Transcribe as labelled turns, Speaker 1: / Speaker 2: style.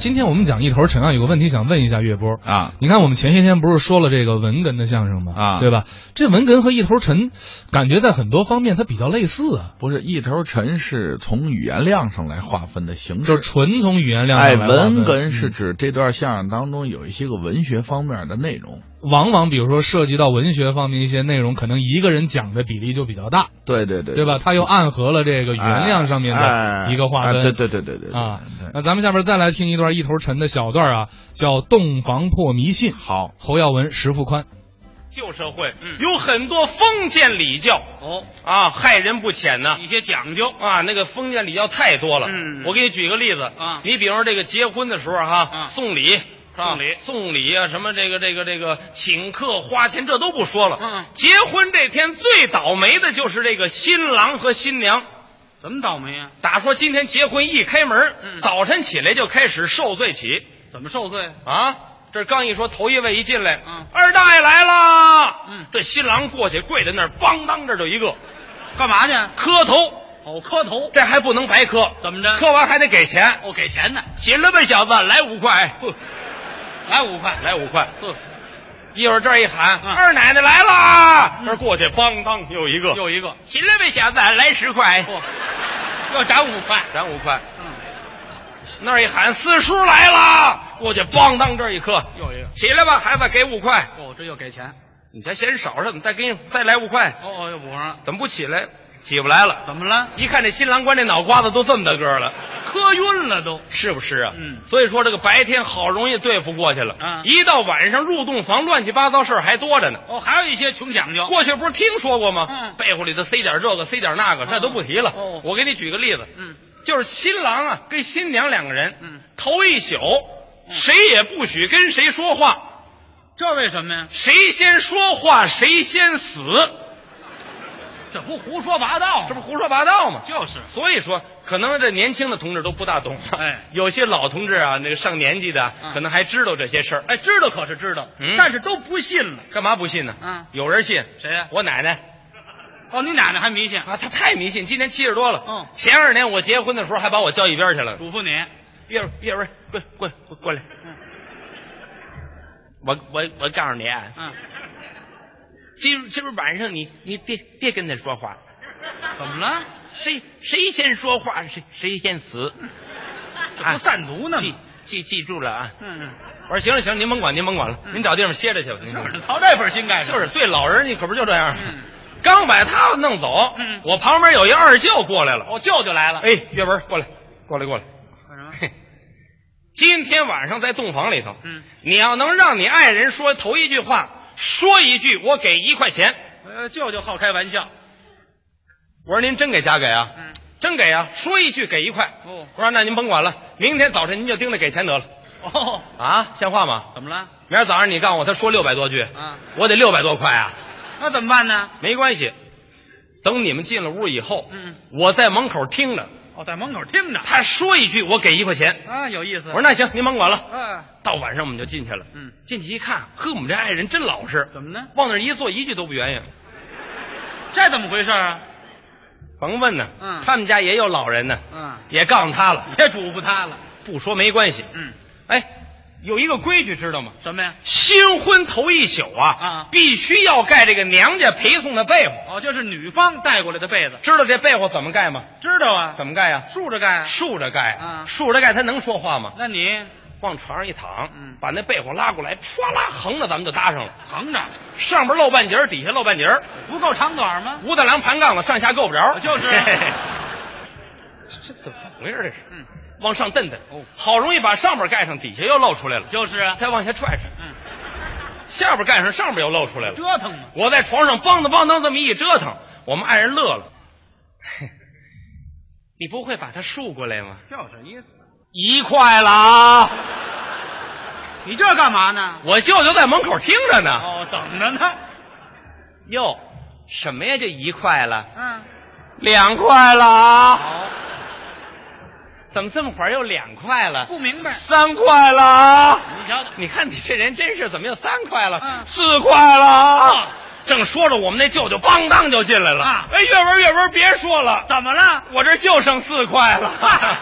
Speaker 1: 今天我们讲一头陈啊，有个问题想问一下岳波。
Speaker 2: 啊，
Speaker 1: 你看，我们前些天不是说了这个文哏的相声吗？
Speaker 2: 啊
Speaker 1: 对吧？这文哏和一头陈，感觉在很多方面它比较类似啊，
Speaker 2: 不是一头陈是从语言量上来划分的形
Speaker 1: 就是
Speaker 2: 式。
Speaker 1: 纯从语言量
Speaker 2: 哎，
Speaker 1: 上来嗯划分
Speaker 2: 文哏是指这段相声当中有一些个文学方面的内容。
Speaker 1: 往往比如说涉及到文学方面一些内容，可能一个人讲的比例就比较大，
Speaker 2: 对对对，
Speaker 1: 对吧？？它又暗合了这个语言量上面的一个划分。
Speaker 2: 哎哎对对对对对对
Speaker 1: 啊
Speaker 2: 对
Speaker 1: 那咱们下边再来听一段一头陈的小段啊，叫《洞房破迷信》，
Speaker 2: 好，
Speaker 1: 侯耀文、石富宽。
Speaker 3: 旧社会，有很多封建礼教
Speaker 4: 嗯哦，
Speaker 3: 啊，害人不浅呐、
Speaker 4: 一些讲究
Speaker 3: 啊，那个封建礼教太多了。
Speaker 4: 嗯
Speaker 3: 我给你举个例子
Speaker 4: 啊
Speaker 3: 你比方说这个结婚的时候哈、
Speaker 4: 啊
Speaker 3: 送礼是吧？
Speaker 4: 送礼
Speaker 3: 送礼啊，什么这个这个这个请客花钱，这都不说了。
Speaker 4: 嗯嗯
Speaker 3: 结婚这天最倒霉的就是这个新郎和新娘。
Speaker 4: 怎么倒霉啊？
Speaker 3: 打说今天结婚一开门，
Speaker 4: 嗯
Speaker 3: 早晨起来就开始受罪起
Speaker 4: 怎么受罪？
Speaker 3: 啊。这刚一说，头一位一进来，
Speaker 4: 嗯
Speaker 3: 二大爷来啦。
Speaker 4: 嗯
Speaker 3: 这新郎过去跪在那儿，梆当这儿就一个，
Speaker 4: 干嘛去？
Speaker 3: 磕头，
Speaker 4: 哦，磕头，
Speaker 3: 这还不能白磕，
Speaker 4: 怎么着
Speaker 3: 磕完还得给钱。
Speaker 4: 哦，给钱呢，
Speaker 3: 行了吧，小子，来五块，哼
Speaker 4: 来五块，
Speaker 3: 来五块。
Speaker 4: 呵，
Speaker 3: 一会儿这儿一喊，
Speaker 4: 嗯
Speaker 3: 二奶奶来啦，
Speaker 4: 嗯
Speaker 3: 这儿过去，梆当又一个。
Speaker 4: 又一个，
Speaker 3: 行了吧，小子，来十块，
Speaker 4: 嚯，要涨哦五块，
Speaker 3: 咱五块。
Speaker 4: 嗯，
Speaker 3: 那儿一喊，四叔来啦，过去，梆当这儿一磕。
Speaker 4: 又一个，
Speaker 3: 起来吧，孩子，给五块。
Speaker 4: 哦，这又给钱，
Speaker 3: 你还嫌少是怎么？再给你再来五块，
Speaker 4: 哦哦，又补上了，
Speaker 3: 怎么不起来？起不来了。
Speaker 4: 怎么了？
Speaker 3: 一看这新郎官这脑瓜子都这么大个儿了。
Speaker 4: 磕晕了都，
Speaker 3: 是不是啊？
Speaker 4: 嗯
Speaker 3: 所以说这个白天好容易对付过去了，
Speaker 4: 嗯
Speaker 3: 一到晚上入洞房，乱七八糟事儿还多着呢。
Speaker 4: 哦，还有一些穷讲究，
Speaker 3: 过去不是听说过吗？
Speaker 4: 嗯
Speaker 3: 被窝里头塞点这个，塞点那个，
Speaker 4: 嗯
Speaker 3: 这都不提了。
Speaker 4: 哦
Speaker 3: 我给你举个例子，
Speaker 4: 嗯，
Speaker 3: 就是新郎啊跟新娘两个人，
Speaker 4: 嗯，
Speaker 3: 头一宿谁也不许跟谁说话，
Speaker 4: 这为什么呀？
Speaker 3: 谁先说话谁先死，
Speaker 4: 这不胡说八道
Speaker 3: 这
Speaker 4: 这
Speaker 3: 不
Speaker 4: 不
Speaker 3: 胡说八道吗？
Speaker 4: 就是
Speaker 3: 所以说，可能这年轻的同志都不大懂，啊
Speaker 4: 哎，
Speaker 3: 有些老同志啊，那个上年纪的，
Speaker 4: 嗯
Speaker 3: 可能还知道这些事儿。
Speaker 4: 哎，知道可是知道，
Speaker 3: 嗯
Speaker 4: 但是都不信了。
Speaker 3: 干嘛不信呢？
Speaker 4: 嗯
Speaker 3: 有人信，
Speaker 4: 谁呀
Speaker 3: 我奶奶
Speaker 4: 哦，你奶奶还迷信，
Speaker 3: 啊，她太迷信，今年七十多了。
Speaker 4: 嗯
Speaker 3: 前二年我结婚的时候还把我叫一边去了。
Speaker 4: 嘱咐你，
Speaker 3: 叶叶文，过过过过来，
Speaker 4: 嗯
Speaker 3: 我我我告诉你，啊，
Speaker 4: 嗯，
Speaker 3: 今今儿晚上你你别别跟他说话，
Speaker 4: 怎么了？
Speaker 3: 谁谁先说话谁谁先死，
Speaker 4: 这不散毒呢
Speaker 3: 记
Speaker 4: 吗？
Speaker 3: 记记住了啊！
Speaker 4: 嗯，嗯
Speaker 3: 我说行了行了，您甭管您甭管了，
Speaker 4: 嗯
Speaker 3: 您找地方歇着去吧。您
Speaker 4: 就是操这份心干什
Speaker 3: 就
Speaker 4: 么
Speaker 3: 是对老人，你可不就这样？
Speaker 4: 嗯
Speaker 3: 刚把他弄走，
Speaker 4: 嗯
Speaker 3: 我旁边有一二舅过来了，
Speaker 4: 哦，舅舅来了。
Speaker 3: 哎，月文过来，过来，过来。
Speaker 4: 干什么？
Speaker 3: 嘿今天晚上在洞房里头，
Speaker 4: 嗯，
Speaker 3: 你要能让你爱人说头一句话，说一句我给一块钱。
Speaker 4: 呃，舅舅好开玩笑。
Speaker 3: 我说您真给假给啊？
Speaker 4: 嗯，
Speaker 3: 真给啊，说一句给一块。
Speaker 4: 哦
Speaker 3: 我说那您甭管了，明天早晨您就盯着给钱得了。
Speaker 4: 哦，
Speaker 3: 啊，像话吗？
Speaker 4: 怎么了？
Speaker 3: 明儿早上你告诉我他说六百多句，
Speaker 4: 啊，
Speaker 3: 我得六百多块啊。
Speaker 4: 那怎么办呢？
Speaker 3: 没关系，等你们进了屋以后，
Speaker 4: 嗯，
Speaker 3: 我在门口听着，
Speaker 4: 哦，在门口听着。
Speaker 3: 他说一句我给一块钱。
Speaker 4: 啊，有意思。
Speaker 3: 我说那行，您甭管了。
Speaker 4: 啊，
Speaker 3: 到晚上我们就进去了，
Speaker 4: 嗯，
Speaker 3: 进去一看，呵，我们这爱人真老实，
Speaker 4: 怎么呢？
Speaker 3: 往那儿一坐，一句都不愿意。
Speaker 4: 这怎么回事啊？
Speaker 3: 甭问呢，
Speaker 4: 嗯
Speaker 3: 他们家也有老人呢，
Speaker 4: 嗯，
Speaker 3: 也告诉他了，
Speaker 4: 别嘱咐他了。
Speaker 3: 不说没关系。
Speaker 4: 嗯，
Speaker 3: 哎，有一个规矩知道吗？
Speaker 4: 什么呀？
Speaker 3: 新婚头一宿啊，
Speaker 4: 啊
Speaker 3: 必须要盖这个娘家陪送的被窝。
Speaker 4: 哦，就是女方带过来的被子，
Speaker 3: 知道这被窝怎么盖吗？
Speaker 4: 知道啊？
Speaker 3: 怎么盖呀、
Speaker 4: 竖着盖啊？
Speaker 3: 竖着盖，
Speaker 4: 啊
Speaker 3: 竖着盖，他能说话吗？
Speaker 4: 那你
Speaker 3: 往床上一躺，
Speaker 4: 嗯
Speaker 3: 把那被窝拉过来，唰啦横着咱们就搭上了，
Speaker 4: 横着，
Speaker 3: 上边露半截儿，底下露半截儿，
Speaker 4: 不够长短吗？
Speaker 3: 武大郎盘杠子上下够不着，
Speaker 4: 就是
Speaker 3: 啊 这怎么回事儿这是？
Speaker 4: 嗯，
Speaker 3: 往上蹬蹬，
Speaker 4: 哦
Speaker 3: 好容易把上边盖上，底下又露出来了，
Speaker 4: 就是啊。
Speaker 3: 再往下踹踹，
Speaker 4: 嗯，
Speaker 3: 下边盖上，上边又露出来了。
Speaker 4: 折腾嘛。
Speaker 3: 我在床上梆当梆当这么一折腾，我们爱人乐了。 你不会把它竖过来吗？
Speaker 4: 就是意思。
Speaker 3: 一块了啊！
Speaker 4: 你这干嘛呢？
Speaker 3: 我舅舅在门口听着呢。
Speaker 4: 哦，等着呢。
Speaker 3: 哟，什么呀？就一块了，
Speaker 4: 嗯，
Speaker 3: 两块了啊！
Speaker 4: 好，
Speaker 3: 怎么这么会儿又两块了？
Speaker 4: 不明白。
Speaker 3: 三块了啊！
Speaker 4: 你瞧瞧。
Speaker 3: 你看你这人真是怎么又三块了，
Speaker 4: 嗯
Speaker 3: 四块了啊！正说着，我们那舅舅梆当就进来了。
Speaker 4: 啊
Speaker 3: 哎，月文月文，别说了，
Speaker 4: 怎么了？
Speaker 3: 我这就剩四块了。